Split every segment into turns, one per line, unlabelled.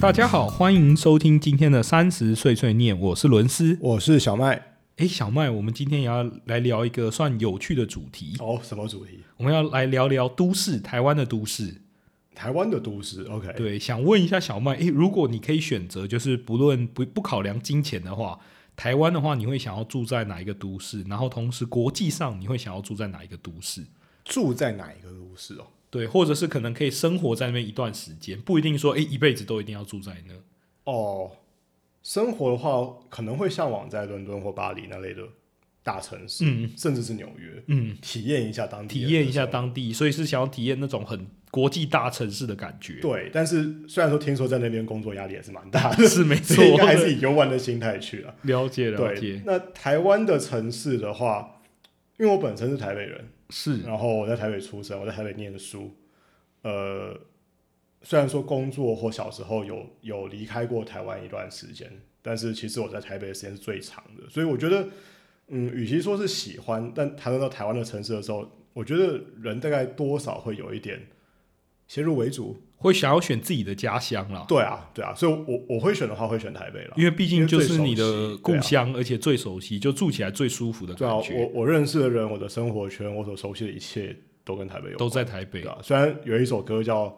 大家好，欢迎收听今天的三十岁碎念，我是伦斯。
我是小麦。
哎，小麦，我们今天也要来聊一个算有趣的主题，
哦，什么主题？
我们要来聊聊都市，台湾的都市。
台湾的都市。OK，
对，想问一下小麦，哎，如果你可以选择，就是不论不不考量金钱的话，台湾的话，你会想要住在哪一个都市？然后同时国际上，你会想要住在哪一个都市？
住在哪一个都市哦？
对，或者是可能可以生活在那边一段时间，不一定说哎一辈子都一定要住在那。
哦，生活的话，可能会向往在伦敦或巴黎那类的大城市，
嗯
甚至是纽约，
嗯，
体验一下当地，
体验一下。当地，所以是想要体验那种很国际大城市的感觉。
对，但是虽然说听说在那边工作压力也是蛮 大的，
是没错
所以应该还是以游玩的心态去了。
了解了
对
解，，
那台湾的城市的话，因为我本身是台北人，
是
然后我在台北出生，我在台北念书。呃，虽然说工作或小时候有有离开过台湾一段时间，但是其实我在台北的时间是最长的，所以我觉得，嗯，与其说是喜欢，但谈论到台湾的城市的时候，我觉得人大概多少会有一点先入为主。
会想要选自己的家乡啦，
对啊，对啊，所以我我会选的话会选台北了。
因为毕
因
竟
为
就
最
是
熟
你
悉
的故
对啊
乡，而且最熟悉，就住起来最舒服的
对啊，
感觉，
我我认识的人，我的生活圈，我所熟悉的一切都跟台北有关
都在台北
对。啊，虽然有一首歌叫《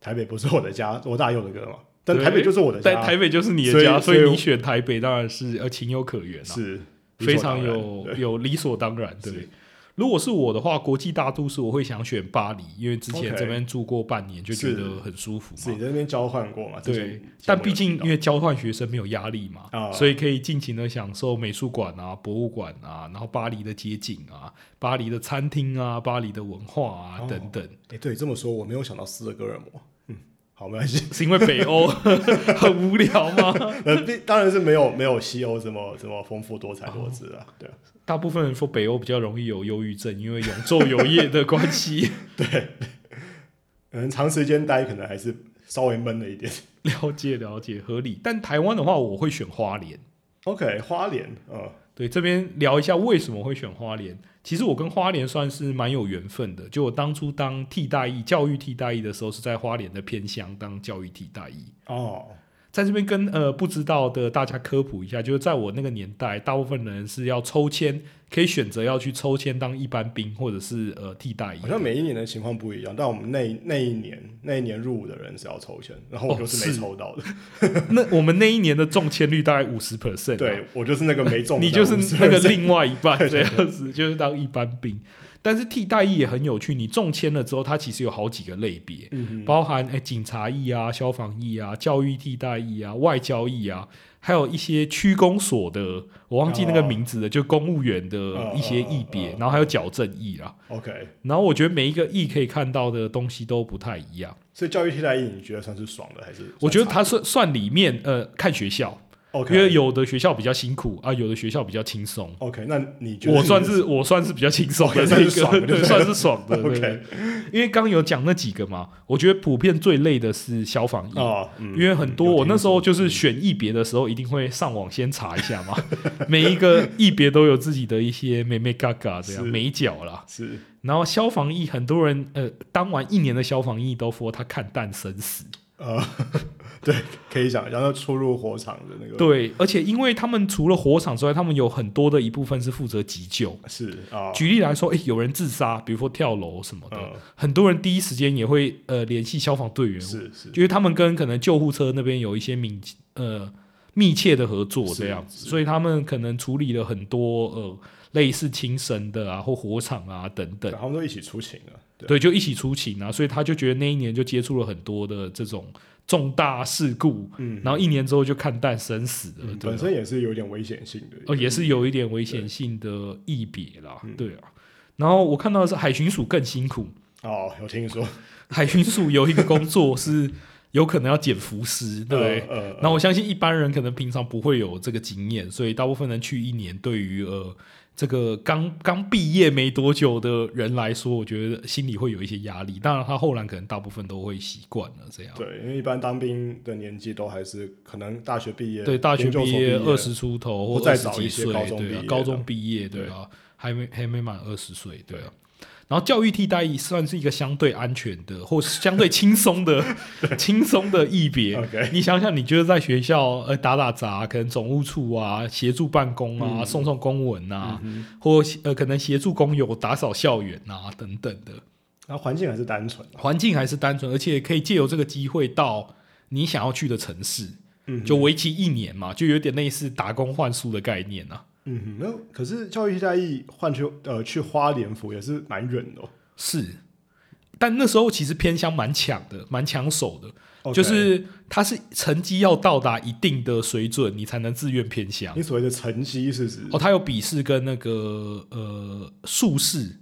台北不是我的家》，罗大佑的歌嘛，但
对
台北就是我的
在
家，
台北就是你的
所以
家，所
所以
以
我
你选台北当然是呃情有可原啊，
是
非常
理所当然
有
对
有理所当然。对
是，
如果是我的话，国际大都市我会想选巴黎，因为之前
OK
这边住过半年，就觉
是
得很舒服嘛。
是你在那边交换过嘛？之前
对
节目有，
但毕竟
提到
因为交换学生没有压力嘛，
啊
所以可以尽情的享受美术馆啊、博物馆啊，然后巴黎的街景啊、巴黎的餐厅啊、巴黎的文化啊、
哦
等等，
哎、对这么说，我没有想到斯德哥尔摩，嗯，好，没关系，
是因为北欧很无聊吗？
呃，毕当然是没有没有西欧这么这么丰富多彩多姿
哦
啊，对啊，
大部分人说北欧比较容易有忧郁症，因为永昼有夜的关系。
可能长时间待可能还是稍微闷了一点。
了解了解，合理。但台湾的话，我会选花莲。
OK，花莲，嗯，
对，这边聊一下为什么会选花莲。其实我跟花莲算是蛮有缘分的，就我当初当替代役、教育替代役的时候，是在花莲的偏乡当教育替代役。
哦，
在这边跟呃不知道的大家科普一下，就是在我那个年代，大部分人是要抽签，可以选择要去抽签当一般兵或者是呃替代役
好。像每一年的情况不一样，但我们那那一年那一年入伍的人是要抽签，然后我
哦
就是没
是
抽到的，
那我们那一年的中签率大概五十 percent，，啊
对我就是那个没中
哦
的，
你就是
我是
那个另外一半这样子， 就是当一般兵。但是替代役也很有趣，你中签了之后，它其实有好几个类别。
嗯
包含诶、警察役啊、消防役啊、教育替代役啊、外交役啊，还有一些区公所的，我忘记那个
哦
名字了，就公务员的
嗯
一些
嗯
役别，
嗯嗯
然后还有矫正役啦。
，OK，
然后我觉得每一个役可以看到的东西都不太一样，
所以教育替代役你觉得算是爽的还是？
我觉得它算算里面呃看学校，
OK，
因为有的学校比较辛苦啊，有的学校比较轻松。
OK，那你觉得
我算
你
是我算是比较轻松的
OK，
那
算
一
是爽
个，
的
对，算是爽的。对
OK
对因为刚刚有讲那几个嘛，我觉得普遍最累的是消防役，
哦，嗯
因为很多
有
我
听
那时候
说嗯
就是选役别的时候，一定会上网先查一下嘛。 每一个役别都有自己的一些美美嘎嘎这样
是
美角啦。
是
然后消防役很多人呃，当完一年的消防役都说他看淡生死。
呃，对，可以讲，然后出入火场的那个
对，而且因为他们除了火场之外，他们有很多的一部分是负责急救。
是啊，
举例来说，诶，有人自杀，比如说跳楼什么的，
嗯，
很多人第一时间也会呃联系消防队员，
是是
因为他们跟可能救护车那边有一些密呃密切的合作这样
是
子，
是
所以他们可能处理了很多呃类似轻生的啊或火场啊等等
对，，他们都一起出勤了，对，
对，就一起出勤啊，所以他就觉得那一年就接触了很多的这种重大事故，
嗯，
然后一年之后就看淡生死了，
嗯
对
本
啊
身也是有点危险性的，
哦，也是有一点危险性的异别啦，
嗯
对啊。然后我看到的是海巡署更辛苦，
哦，有听说，
海巡署有一个工作是有可能要捡浮尸，对不 对？
呃，呃
那我相信一般人可能平常不会有这个经验，所以大部分人去一年，对于呃这个刚刚毕业没多久的人来说，我觉得心里会有一些压力。当然，他后来可能大部分都会习惯了这样。
对，因为一般当兵的年纪都还是可能大学毕业，
对，大学
研究
毕
所
业
业
二十出头
或
或
再
二十
早
几
一些
岁，
高中
对
毕
啊
业，
高中
的
毕业对啊，还没还没满二十岁，对啊。然后教育替代役算是一个相对安全的，或是相对轻松 的、轻松的役别。
OK
你想想，你就是在学校呃打打杂，可能总务处啊协助办公
嗯
啊，送送公文啊，或呃可能协助工友打扫校园啊等等的
然后环境还是单纯，
环境还是单纯，而且可以借由这个机会到你想要去的城市，
嗯
就为期一年嘛，就有点类似打工换宿的概念啊。
嗯哼，那可是教育替代役换去呃去花莲服也是蛮远的、哦
是，但那时候其实偏乡蛮强的，蛮抢手的
OK
就是它是成绩要到达一定的水准，你才能自愿偏乡
你。所谓的成绩是指
哦，它有笔试跟那个呃术试，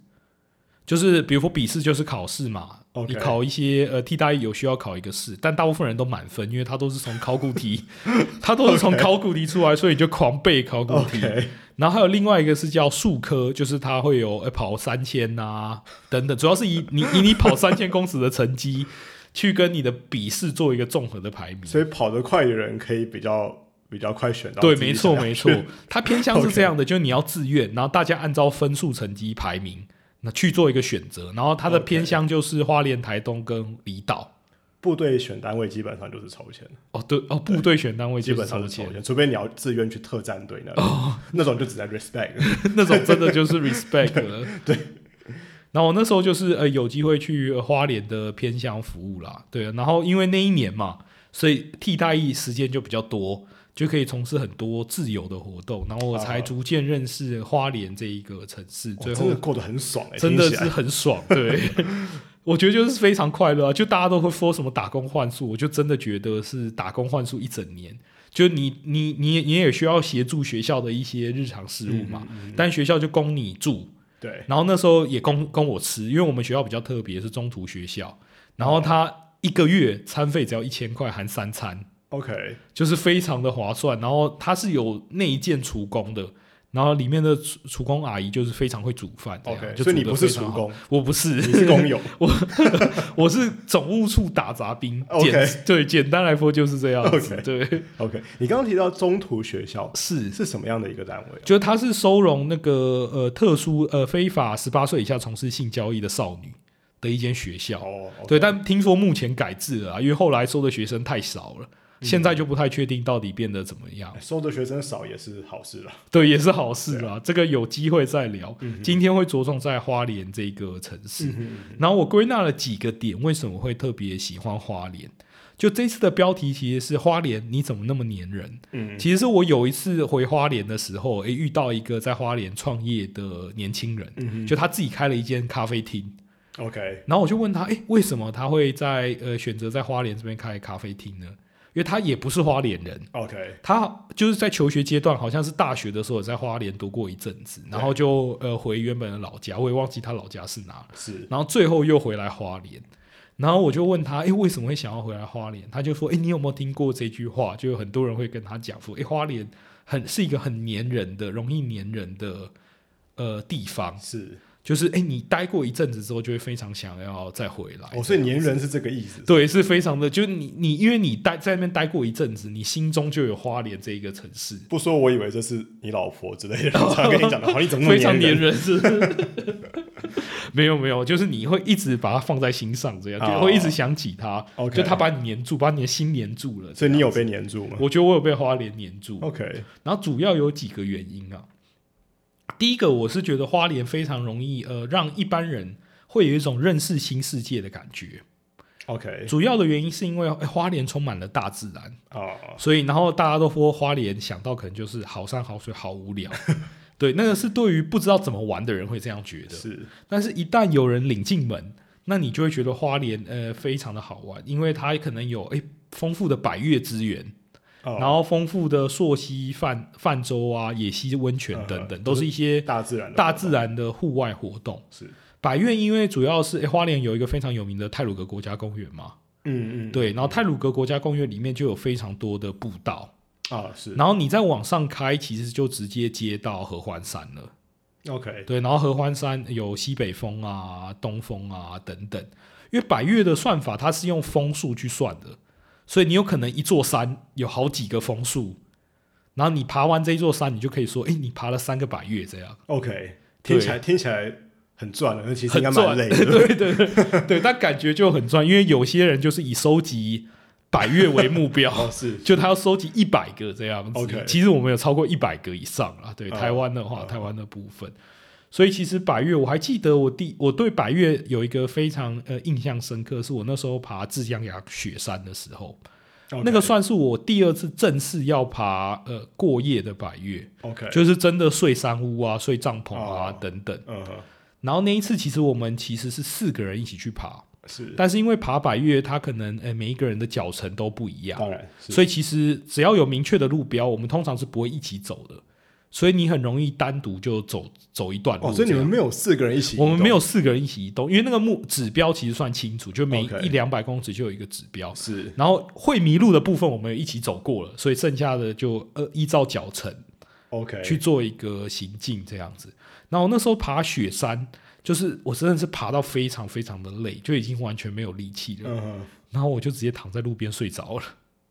就是比如说笔试就是考试嘛
OK
你考一些呃替代役有需要考一个试，但大部分人都满分，因为他都是从考古题， 他都是从考古题出来，所以你就狂背考古题。
OK
然后还有另外一个是叫数科，就是它会有、呃、跑三千呐等等，主要是以你以你跑三千公尺的成绩去跟你的笔试做一个综合的排名。
所以跑得快的人可以比较比较快选到
对，
自己
没错
想要
没错，它偏向是这 样的，就是你要自愿，然后大家按照分数成绩排名，那去做一个选择。然后它的
OK
偏向就是花莲、台东跟离岛。
部队选单位基本上就是抽签，
哦，对哦，部队选单位
基
就是
本上
抽
是抽
签，哦
签，除非你要自愿去特战队那种，那种就只 在 respect。
那种真的就是 respect 了。 对。然后我那时候就是呃有机会去呃花莲的偏乡服务啦，对。啊然后因为那一年嘛，所以替代役时间就比较多，就可以从事很多自由的活动。然后我才
啊
逐渐认识花莲这一个城市，
哇
最
真
后
的过得很爽哎、欸，
真的
听起
是
来
很爽，对。 我觉得就是非常快乐啊！就大家都会说什么打工换宿，我就真的觉得是打工换宿一整年。就你你你也你也需要协助学校的一些日常事务
嗯
嘛，但学校就供你住，
对
然后那时候也供供我吃，因为我们学校比较特别，是中途学校。然后他一个月餐费只要一千块，含三餐，
OK
就是非常的划算。然后它是有内建厨工的，然后里面的厨厨工阿姨就是非常会煮饭这样
OK，
啊就
所以
煮
你
得
不是
非常
厨
好，
工，
我不是，
你是工友，
我是总务处打杂兵。
OK
简对，简单来说就是这样子。
OK
对，
OK，你刚刚提到中途学校
是，
是什么样的一个单 位？
就是它是收容那个呃特殊呃非法十八岁以下从事性交易的少女的一间学校。
哦，OK，
对，但听说目前改制了啊，因为后来收的学生太少了，
嗯
现在就不太确定到底变得怎么样。
收的学生少也是好事了。
对，也是好事
啊
啦，这个有机会再聊。
嗯
今天会着重在花莲这个城市，然后我归纳了几个点，为什么会特别喜欢花莲？就这次的标题其实是花莲，你怎么那么黏人？
嗯，
其实是我有一次回花莲的时候，诶，遇到一个在花莲创业的年轻人，
嗯哼
就他自己开了一间咖啡厅，
OK，
然后我就问他，哎、为什么他会在呃选择在花莲这边开咖啡厅呢？因为他也不是花莲人，
OK，
他就是在求学阶段，好像是大学的时候也在花莲读过一阵子，然后就呃回原本的老家，我也忘记他老家是哪了，
是
然后最后又回来花莲。然后我就问他，哎，为什么会想要回来花莲？他就说，哎，你有没有听过这句话？就有很多人会跟他讲说，哎，花莲很是一个很黏人的、容易黏人的呃地方，
是，
就是哎，你待过一阵子之后，就会非常想要再回来。
哦，所以粘人是这个意思。
对，是非常的，就是你你因为你待在那边待过一阵子，你心中就有花莲这一个城市，
不说，我以为这是你老婆 之类的，常跟你讲的，好，你怎么那么
非常
粘
黏
人？
人，是不是？ 没有没有，就是你会一直把它放在心上，这样
哦
就会一直想起它，
OK
就它把你黏住，把你的心黏住了。
所以你
这样
有被哦粘住吗
我觉得我有被花莲黏住，
？OK，
然后主要有几个原因啊。第一个，我是觉得花莲非常容易，呃，让一般人会有一种认识新世界的感觉。
OK，
主要的原因是因为、哎花莲充满了大自然，
哦，
所以，然后大家都说花莲，想到可能就是好山好水好无 聊。对，那个是对于不知道怎么玩的人会这样觉得。
是
但是，一旦有人领进门，那你就会觉得花莲呃非常的好玩，因为它可能有诶丰富的百越资源，
哦，
然后丰富的溯溪泛泛舟啊、野溪温泉等等，
嗯
都是一些
大自然的
大
活
自然的户外活动。
动是，
百越因为主要是诶花莲有一个非常有名的泰鲁格国家公园嘛，
嗯嗯，
对，然后泰鲁格国家公园里面就有非常多的步道。
啊是
然后你再往上开，其实就直接接到合欢山了。
，OK，
对，然后合欢山有西北风啊、东风啊等等。因为百越的算法它是用风速去算的，所以你有可能一座山有好几个风速，然后你爬完这一座山，你就可以说，哎，你爬了三个百越这样。
OK，听起来听起来很赚的，啊那其实
很
应该
赚，
蛮累的。
对对对对，但感觉就很赚，因为有些人就是以收集百越为目 标，
哦，是
就他要收集一百个这样子。
OK
其实我们有超过一百个以上啦，对
哦
台湾的话，
哦
台湾的部分。所以其实百越，我还记得我第我对百越有一个非常呃印象深刻，是我那时候爬至江崖雪山的时候，那个算是我第二次正式要爬呃过夜的百越，
OK，
就是真的睡山屋啊、睡帐篷啊、
哦
等等。
嗯哼，
然后那一次，其实我们其实是四个人一起去爬，
是
但是因为爬百越，它可能呃每一个人的脚程都不一样，
当然，是
所以其实只要有明确的路标，我们通常是不会一起走的，所以你很容易单独就走走一段路这样。
哦，所以你们没有四个人一起移
我
动，
们没有四个人一起移动，因为那个目指标其实算清楚，就每
OK
一两百公尺就有一个指标。
是
然后会迷路的部分我们一起走过了，所以剩下的就呃依照脚程
OK
去做一个行进这样子。然后那时候爬雪山，就是我真的是爬到非常非常的累，就已经完全没有力气了。
嗯哼，
然后我就直接躺在路边睡着了。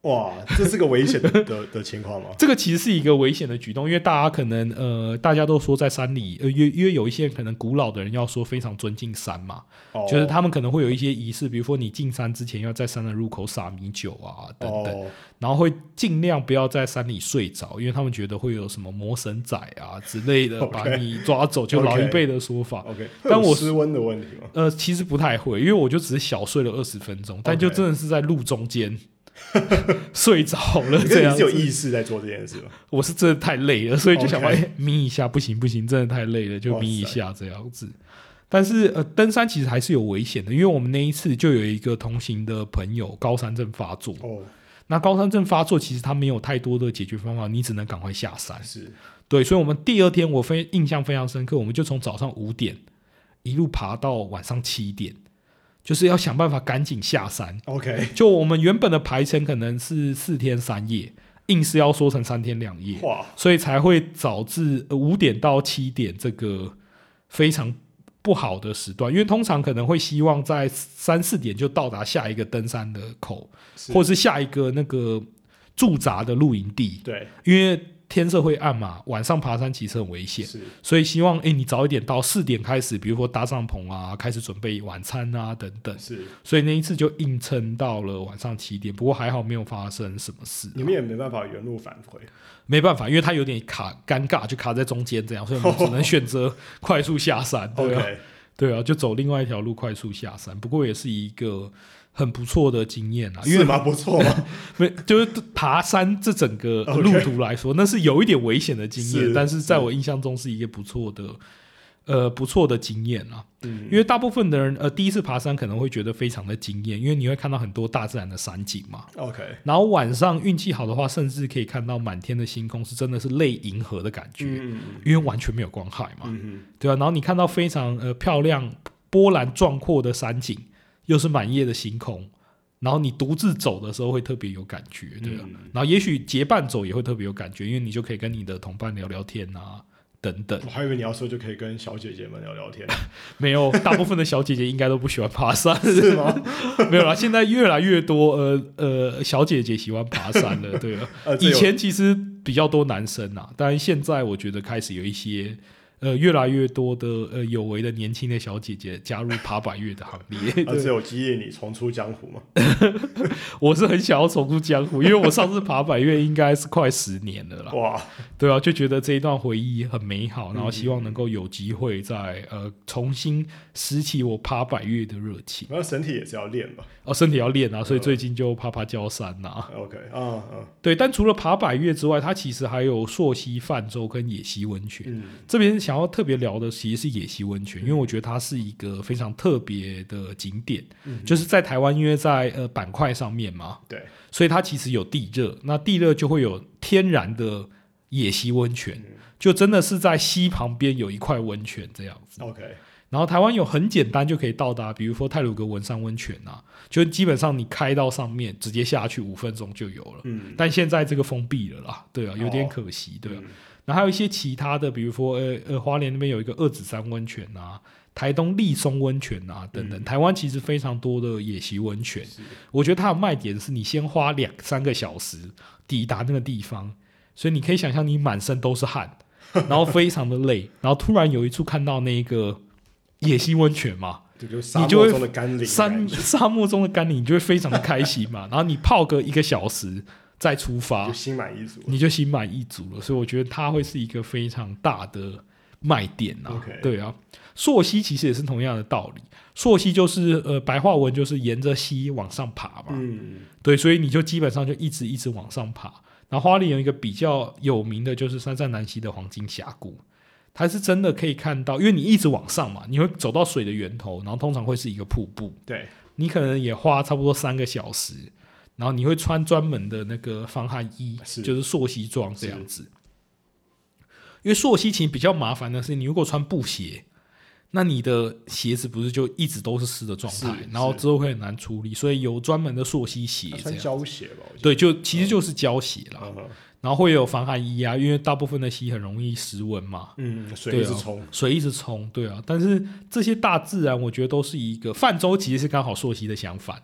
哇，这是个危险的 的的情况吗？
这个其实是一个危险的举动，因为大家可能呃，大家都说在山里，呃，因为因为有一些可能古老的人要说非常尊敬山嘛，
哦，
就是他们可能会有一些仪式，比如说你进山之前要在山的入口撒米酒啊等等，
哦，
然后会尽量不要在山里睡着，因为他们觉得会有什么魔神仔啊之类的
OK
把你抓走，就老一
OK
辈的说法。
OK，
但
会有
我
失温的 问题吗？
呃，其实不太会，因为我就只是小睡了二十分钟，但就
OK
真的是在路中间 睡着了
可
这
是
样 子。
你是有意识在做这件事吗？
我是真的太累了，所以就想说，哎
OK
眯一下，不行不行，真的太累了，就
哇塞
眯一下这样子。但是呃，登山其实还是有危险的，因为我们那一次就有一个同行的朋友高山症发作。
哦，
那高山症发作其实他没有太多的解决方法，你只能赶快下山。
是
对，所以我们第二天我非印象非常深刻，我们就从早上五点一路爬到晚上七点，就是要想办法赶紧下山。
OK，
就我们原本的排程可能是四天三夜，硬是要说成三天两夜。
哇，
所以才会导致呃五点到七点这个非常不好的时段，因为通常可能会希望在三四点就到达下一个登山的口，
是
或是下一个那个驻扎的露营地，
对
因为天色会暗嘛，晚上爬山其实很危险。
是
所以希望诶、你早一点到四点开始，比如说搭帐篷啊，开始准备晚餐啊等等。
是，
所以那一次就硬撑到了晚上七点，不过还好没有发生什么事啊、
你们也没办法原路返回。
没办法，因为它有点卡尴尬，就卡在中间这样，所以我 们只能选择快速下山， 对啊，
OK，
对啊，就走另外一条路快速下山。不过也是一个很不错的经验啊，因
是
为
吗？不 错吗？
没就是爬山这整个
OK
路途来说，那是有一点危险的经验，
是
但是在我印象中是一个不错的。呃，不错的经验啊，
嗯，
因为大部分的人，呃，第一次爬山可能会觉得非常的惊艳，因为你会看到很多大自然的山景嘛。
OK，
然后晚上运气好的话，甚至可以看到满天的星空，是真的是泪银河的感觉，
嗯
因为完全没有光害嘛，
嗯
对啊吧、然后你看到非常呃漂亮、波澜壮阔的山景，又是满夜的星空，然后你独自走的时候会特别有感觉，
嗯，
对吧、啊
嗯
然后也许结伴走也会特别有感觉，因为你就可以跟你的同伴聊聊天啊。等等，
我还以为你要说就可以跟小姐姐们聊聊 天，
没有，大部分的小姐姐应该都不喜欢爬山，
是吗？
没有啦。现在越来越多，呃呃，小姐姐喜欢爬山了，对吧？啊
呃，这
以
有
前其实比较多男生啊，但现在我觉得开始有一些呃越来越多的呃有为的年轻的小姐姐加入爬百越的行列。
呃，
对，
这有激励你重出江湖吗？
我是很想要重出江湖，因为我上次爬百越应该是快十年了啦，
哇，
对啊，就觉得这一段回忆很美好，然后
嗯
希望能够有机会再呃重新拾起我爬百越的热情。
那身体也是要练吧
哦，身体要练啊，
嗯
所以最近就爬爬焦山呐、
？OK，啊，嗯
对，但除了爬百越之外，它其实还有溯溪泛舟跟野溪温泉。
嗯，
这边想要特别聊的其实是野溪温泉，因为我觉得它是一个非常特别的景点，
嗯
就是在台湾，因为在呃板块上面嘛，
对，
所以它其实有地热，那地热就会有天然的野溪温泉，
嗯
就真的是在溪旁边有一块温泉这样子。
，OK，
然后台湾有很简单就可以到达，比如说泰鲁格文山温泉啊，就基本上你开到上面直接下去五分钟就有了。
嗯，
但现在这个封闭了啦，对啊，有点
哦
可惜，对啊。
嗯，
然后还有一些其他的，比如说呃呃，花莲那边有一个二子山温泉啊，台东立松温泉啊等等。台湾其实非常多的野溪温泉，
是
我觉得它的卖点是你先花两三个小时抵达那个地方，所以你可以想象你满身都是汗，然后非常的累，然后突然有一处看到那个野溪温泉嘛，
这就是沙漠
就会
中的甘霖的
山
感觉，
沙漠中的甘霖，你就会非常的开心嘛。然后你泡个一个小时再出发
就，心满意足了。
啊你就心满意足了。所以我觉得它会是一个非常大的卖点啊。
OK
对啊，溯溪其实也是同样的道理。溯溪就是呃白话文就是沿着溪往上爬嘛，
嗯，
对，所以你就基本上就一直一直往上爬。然后花莲有一个比较有名的就是三站南溪的黄金峡谷，它是真的可以看到，因为你一直往上嘛，你会走到水的源头，然后通常会是一个瀑布。
对，
你可能也花差不多三个小时，然后你会穿专门的那个防寒衣，
是
就是溯溪装这样子。因为溯溪其实比较麻烦的是，你如果穿布鞋，那你的鞋子不是就一直都是湿的状态
是，
然后
是
之后会很难处理，所以有专门的溯溪鞋
他
这
啊穿
样。
胶鞋吧，我记得。
对，就其实就是胶鞋啦，
嗯哼
然后会有防寒衣啊，因为大部分的溪很容易湿温嘛。
嗯，水
对
一
啊
直冲，
水一直冲，对啊，但是这些大自然，我觉得都是一个泛舟，其实是刚好溯溪的相反，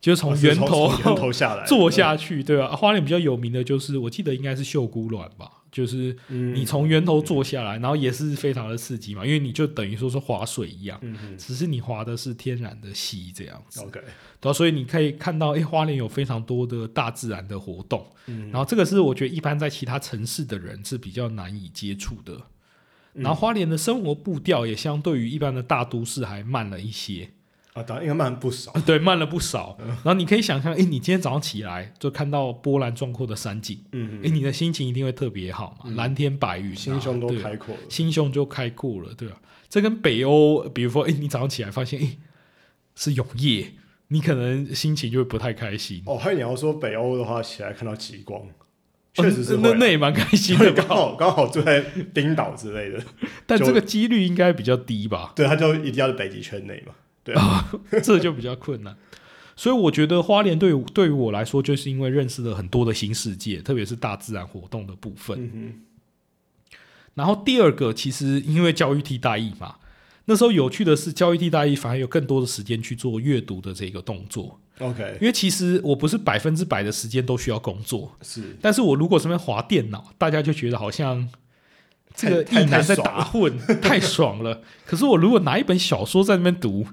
就是从
哦是
源头、
从源 头下来
坐，下去，对吧、啊？花莲比较有名的就是，我记得应该是秀姑峦吧，就是
嗯
你从源头坐下来，然后也是非常的刺激嘛，因为你就等于说是划水一样，
嗯 嗯
只是你划的是天然的溪这样子，
，OK，
对啊、所以你可以看到，诶，花莲有非常多的大自然的活动。
嗯，
然后这个是我觉得一般在其他城市的人是比较难以接触的。
嗯
然后花莲的生活步调也相对于一般的大都市还慢了一些，
啊，当然应该慢不少，
对，慢了不少。
嗯
然后你可以想象，诶，你今天早上起来就看到波澜壮阔的山景，
嗯，
诶，你的心情一定会特别好嘛，蓝天白云、啊，
心胸都
对
开阔了，
心胸就开阔了，对吧、这跟北欧，比如说，诶，你早上起来发现，诶，是永夜，你可能心情就会不太开心。
哦，还有你要说北欧的话，起来看到极光，
嗯
确实是
那
会啊
那也蛮开心
对
的
刚
吧？
好刚好住在冰岛之类的，
但
就
这个几率应该比较低吧？
对，他就一定要在北极圈内嘛，对，啊
这就比较困难。所以我觉得花莲对于对于我来说，就是因为认识了很多的新世界，特别是大自然活动的部分。
嗯
然后第二个，其实因为教育替代役嘛，那时候有趣的是，教育替代役反而有更多的时间去做阅读的这个动作。
哼，OK，
因为其实我不是百分之百的时间都需要工作，
是
但是我如果身边划电脑，大家就觉得好像这个
太
一
太
男在
爽了
打混，太爽了。可是我如果拿一本小说在那边读，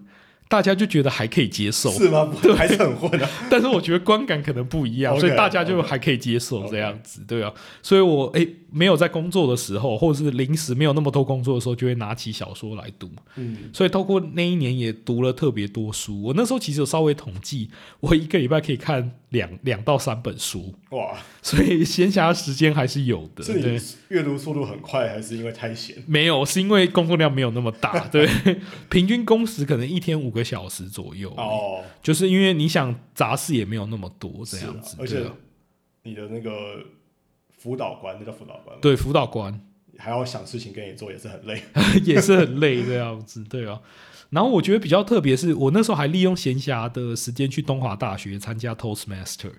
大家就觉得还可以接受。
是吗？不会还是很混啊，
但是我觉得观感可能不一样，
OK，
所以大家就
OK
还可以接受这样子，对啊。所以我诶、没有在工作的时候，或者是临时没有那么多工作的时候，就会拿起小说来读。
嗯，
所以透过那一年也读了特别多书。我那时候其实有稍微统计，我一个礼拜可以看两两到三本书，
哇，
所以闲暇时间还是有的。
是
对
你阅读速度很快，还是因为太闲？
没有，是因为工作量没有那么大， 对，平均工时可能一天五个小时左右，
哦，
就是因为你想杂事也没有那么多这
是啊
样子，
而
对
且
啊
你的那个辅导官，那叫辅导官吗，
对辅导官。
还要想事情跟你做，也是很 累，
也是很累这样子，对啊。然后我觉得比较特别是，我那时候还利用闲暇的时间去东华大学参加 Toastmaster。
你还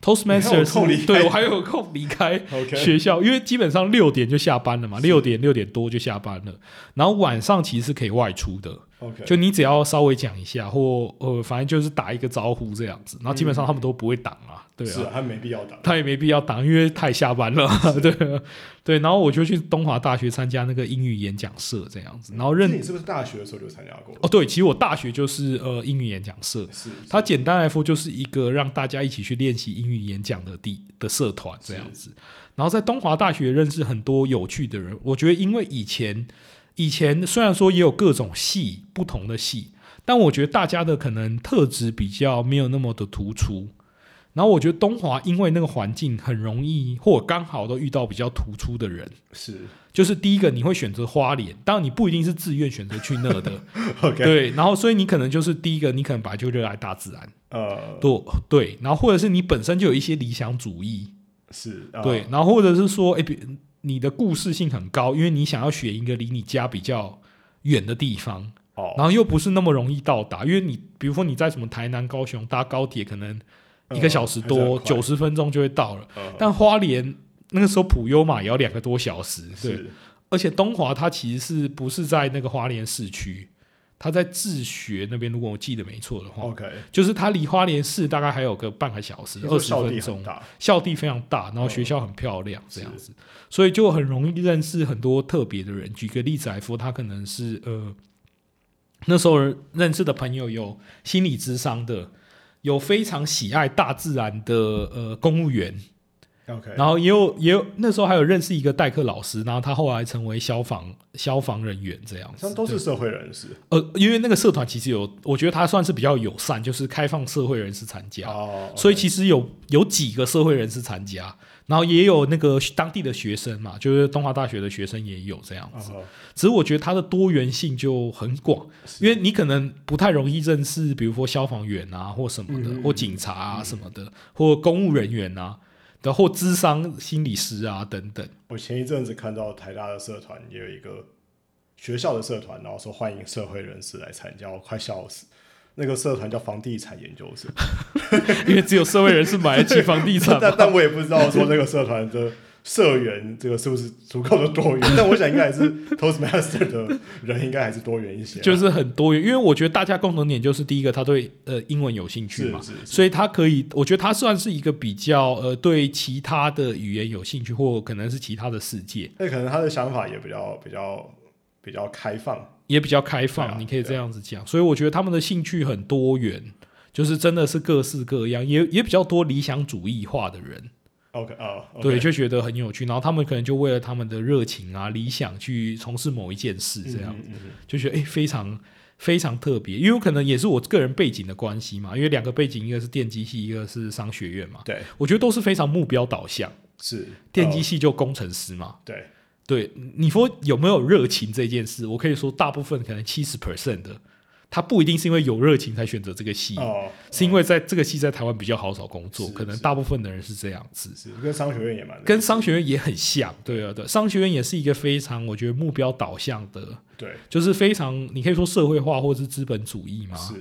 Toastmaster
有空离
是
开
对我还有空离开
OK
学校，因为基本上六点就下班了嘛，
是
六点六点多就下班了。然后晚上其实是可以外出的，
，OK，
就你只要稍微讲一下，或呃，反正就是打一个招呼这样子。然后基本
嗯
上他们都不会挡啊，对啊
是，啊，他没必要打，
他也没必要挡，因为太下班了，对对。然后我就去东华大学参加那个英语演讲社这样子，然后
是
认
你是不是大学的时候就参加过？
哦对，其实我大学就是呃英语演讲社，
是，是
它简单来说就是一个让大家一起去练习英语演讲的地的社团这样子。然后在东华大学认识很多有趣的人，我觉得因为以前以前虽然说也有各种系不同的系，但我觉得大家的可能特质比较没有那么的突出。然后我觉得东华因为那个环境很容易，或刚好都遇到比较突出的人，
是
就是第一个你会选择花莲，当然你不一定是自愿选择去那的，
，OK，
对。然后所以你可能就是第一个，你可能本来就热爱大自然，
呃，
对对，然后或者是你本身就有一些理想主义，
是，啊
对，，然后或者是说，哎，比你的故事性很高，因为你想要选一个离你家比较远的地方，
哦，
然后又不是那么容易到达，因为你比如说你在什么台南、高雄搭高铁，可能一个小时多，
嗯还是
九
很
十分钟就会到了，
快嗯
但花莲。那个时候普悠玛也要两个多小时，对，
是
而且东华它其实是不是在那个花莲市区，它在志学那边，如果我记得没错的话，
OK，
就是它离花莲市大概还有个半个小时，
听
二
说
十
效
分
力
钟
很，大，
校地非常大，然后学校很漂亮，这样子，所以就很容易认识很多特别的人。举个例子来说，他可能是呃那时候认识的朋友有心理智商的，有非常喜爱大自然的呃公务员，
OK，
然后也有也有那时候还有认识一个代课老师，然后他后来成为消防消防人员这样
好
子
像。都是社会人士
呃，因为那个社团其实有，我觉得他算是比较友善，就是开放社会人士参加。
哦，
所以其实有有几个社会人士参加，然后也有那个当地的学生嘛，就是东华大学的学生也有这样子。
哦
只是我觉得它的多元性就很广，
是
因为你可能不太容易认识，比如说消防员啊或什么的，
嗯
或警察啊什么的，或公务人员啊，然后智商心理师啊等 等。
我前一阵子看到台大的社团也有一个学校的社团，然后说欢迎社会人士来参加，我快笑死。那个社团叫房地产 研究生，
因为只有社会人士买得起房地 产
但
嘛，
但我也不知道说那个社团的社员这个是不是足够的多元，但我想应该还是 Toastmaster 的人应该还是多元一些啊，
就是很多元。因为我觉得大家共同点就是第一个，他对呃英文有兴趣
是
嘛，
是是
所以他可以，我觉得他算是一个比较呃对其他的语言有兴趣，或可能是其他的世界
那可能他的想法也比较比较比较开放，
也比较开放，
对啊
你可以这样子讲。所以我觉得他们的兴趣很多元，就是真的是各式各样，也也比较多理想主义化的人
OK 啊、o k
对，就觉得很有趣。然后他们可能就为了他们的热情啊、理想去从事某一件事，这样、
嗯嗯嗯
就觉得诶非常。非常特别，因为有可能也是我个人背景的关系嘛，因为两个背景，一个是电机系，一个是商学院嘛，
对，
我觉得都是非常目标导向。
是
电机
呃
系就工程师嘛。
哦对，
对，你说有没有热情这件事，我可以说大部分可能七十 percent 的，他不一定是因为有热情才选择这个系，
哦，
是因为在这个系在台湾比较好找工作，
是
可能
是
大部分的人是这样子。
是跟商学院也蛮
跟商学院也很像，对啊，对，商学院也是一个非常我觉得目标导向的，
对
就是非常你可以说社会化或是资本主义嘛，
是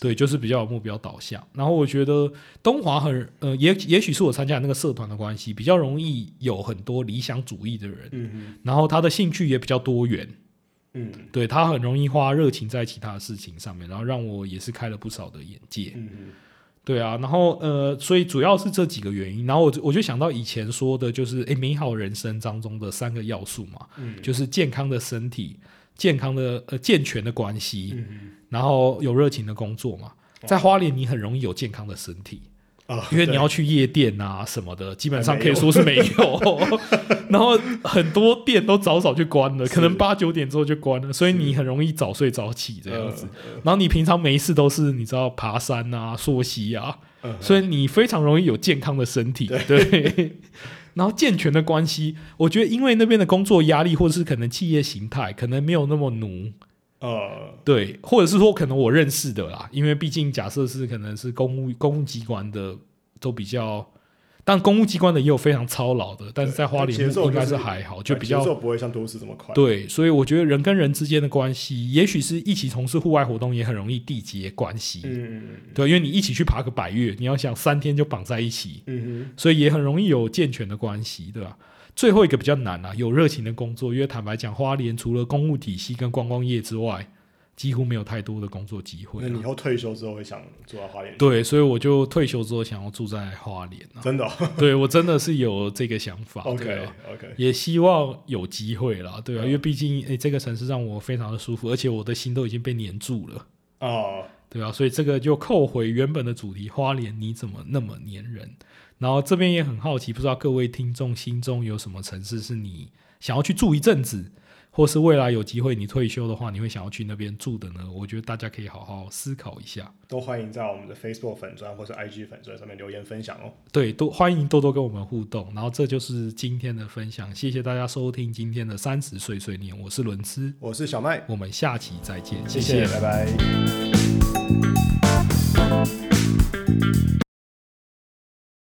对，就是比较有目标导向。然后我觉得东华很呃，也也许是我参加的那个社团的关系，比较容易有很多理想主义的人，
嗯哼
然后他的兴趣也比较多元，
嗯
对他很容易花热情在其他事情上面，然后让我也是开了不少的眼界。
嗯哼
对啊，然后呃，所以主要是这几个原因，然后我就我就想到以前说的，就是诶，美好人生当中的三个要素嘛，
嗯
就是健康的身体、健康的呃健全的关系，
嗯哼
然后有热情的工作嘛。在花莲，你很容易有健康的身体，
啊，
因为你
对
要去夜店啊什么的，基本上可以说是没有。然后很多店都早早就关了，
是
可能八九点之后就关了，所以你很容易早睡早起这样
嗯
子。
呃
然后你平常没事都是你知道爬山啊、溯溪啊，
呃呃
所以你非常容易有健康的身体，对。 然后健全的关系，我觉得因为那边的工作压力，或者是可能企业形态，可能没有那么奴，
呃
对，或者是说可能我认识的啦，因为毕竟假设是可能是公务公务机关的都比较，但公务机关的也有非常操劳的，但是在花莲
节奏
应该
就是
是还好，就
呃
比
节
较
奏不会像都市这么快，
对，所以我觉得人跟人之间的关系，也许是一起从事户外活动也很容易缔结关系，
嗯嗯
对，因为你一起去爬个百越，你要想三天就绑在一起，
嗯
所以也很容易有健全的关系，对吧？最后一个比较难啊，有热情的工作，因为坦白讲，花莲除了公务体系跟观光业之外，几乎没有太多的工作机
哼，
会、
那你以
啊。
后退休之后会想住到花莲去？
对，所以我就退休之后想要住在花莲 啊。
真的哦
对我真的是有这个想法，对
，OK
啊，
OK，
也希望有机会啦，对啊，
嗯
因为毕竟诶、这个城市让我非常的舒服，而且我的心都已经被黏住了，
哦，
对啊，所以这个就扣回原本的主题，花莲你怎么那么黏人？然后这边也很好奇，不知道各位听众心中有什么城市是你想要去住一阵子，或是未来有机会你退休的话，你会想要去那边住的呢？我觉得大家可以好好思考一下。
都欢迎在我们的 Facebook 粉砖或是 IG 粉砖上面留言分享哦。
对，多欢迎多多跟我们互动。然后这就是今天的分享，谢谢大家收听今天的三十岁碎念，我是伦之，
我是小麦，
我们下期再见，
谢
谢
谢，拜拜。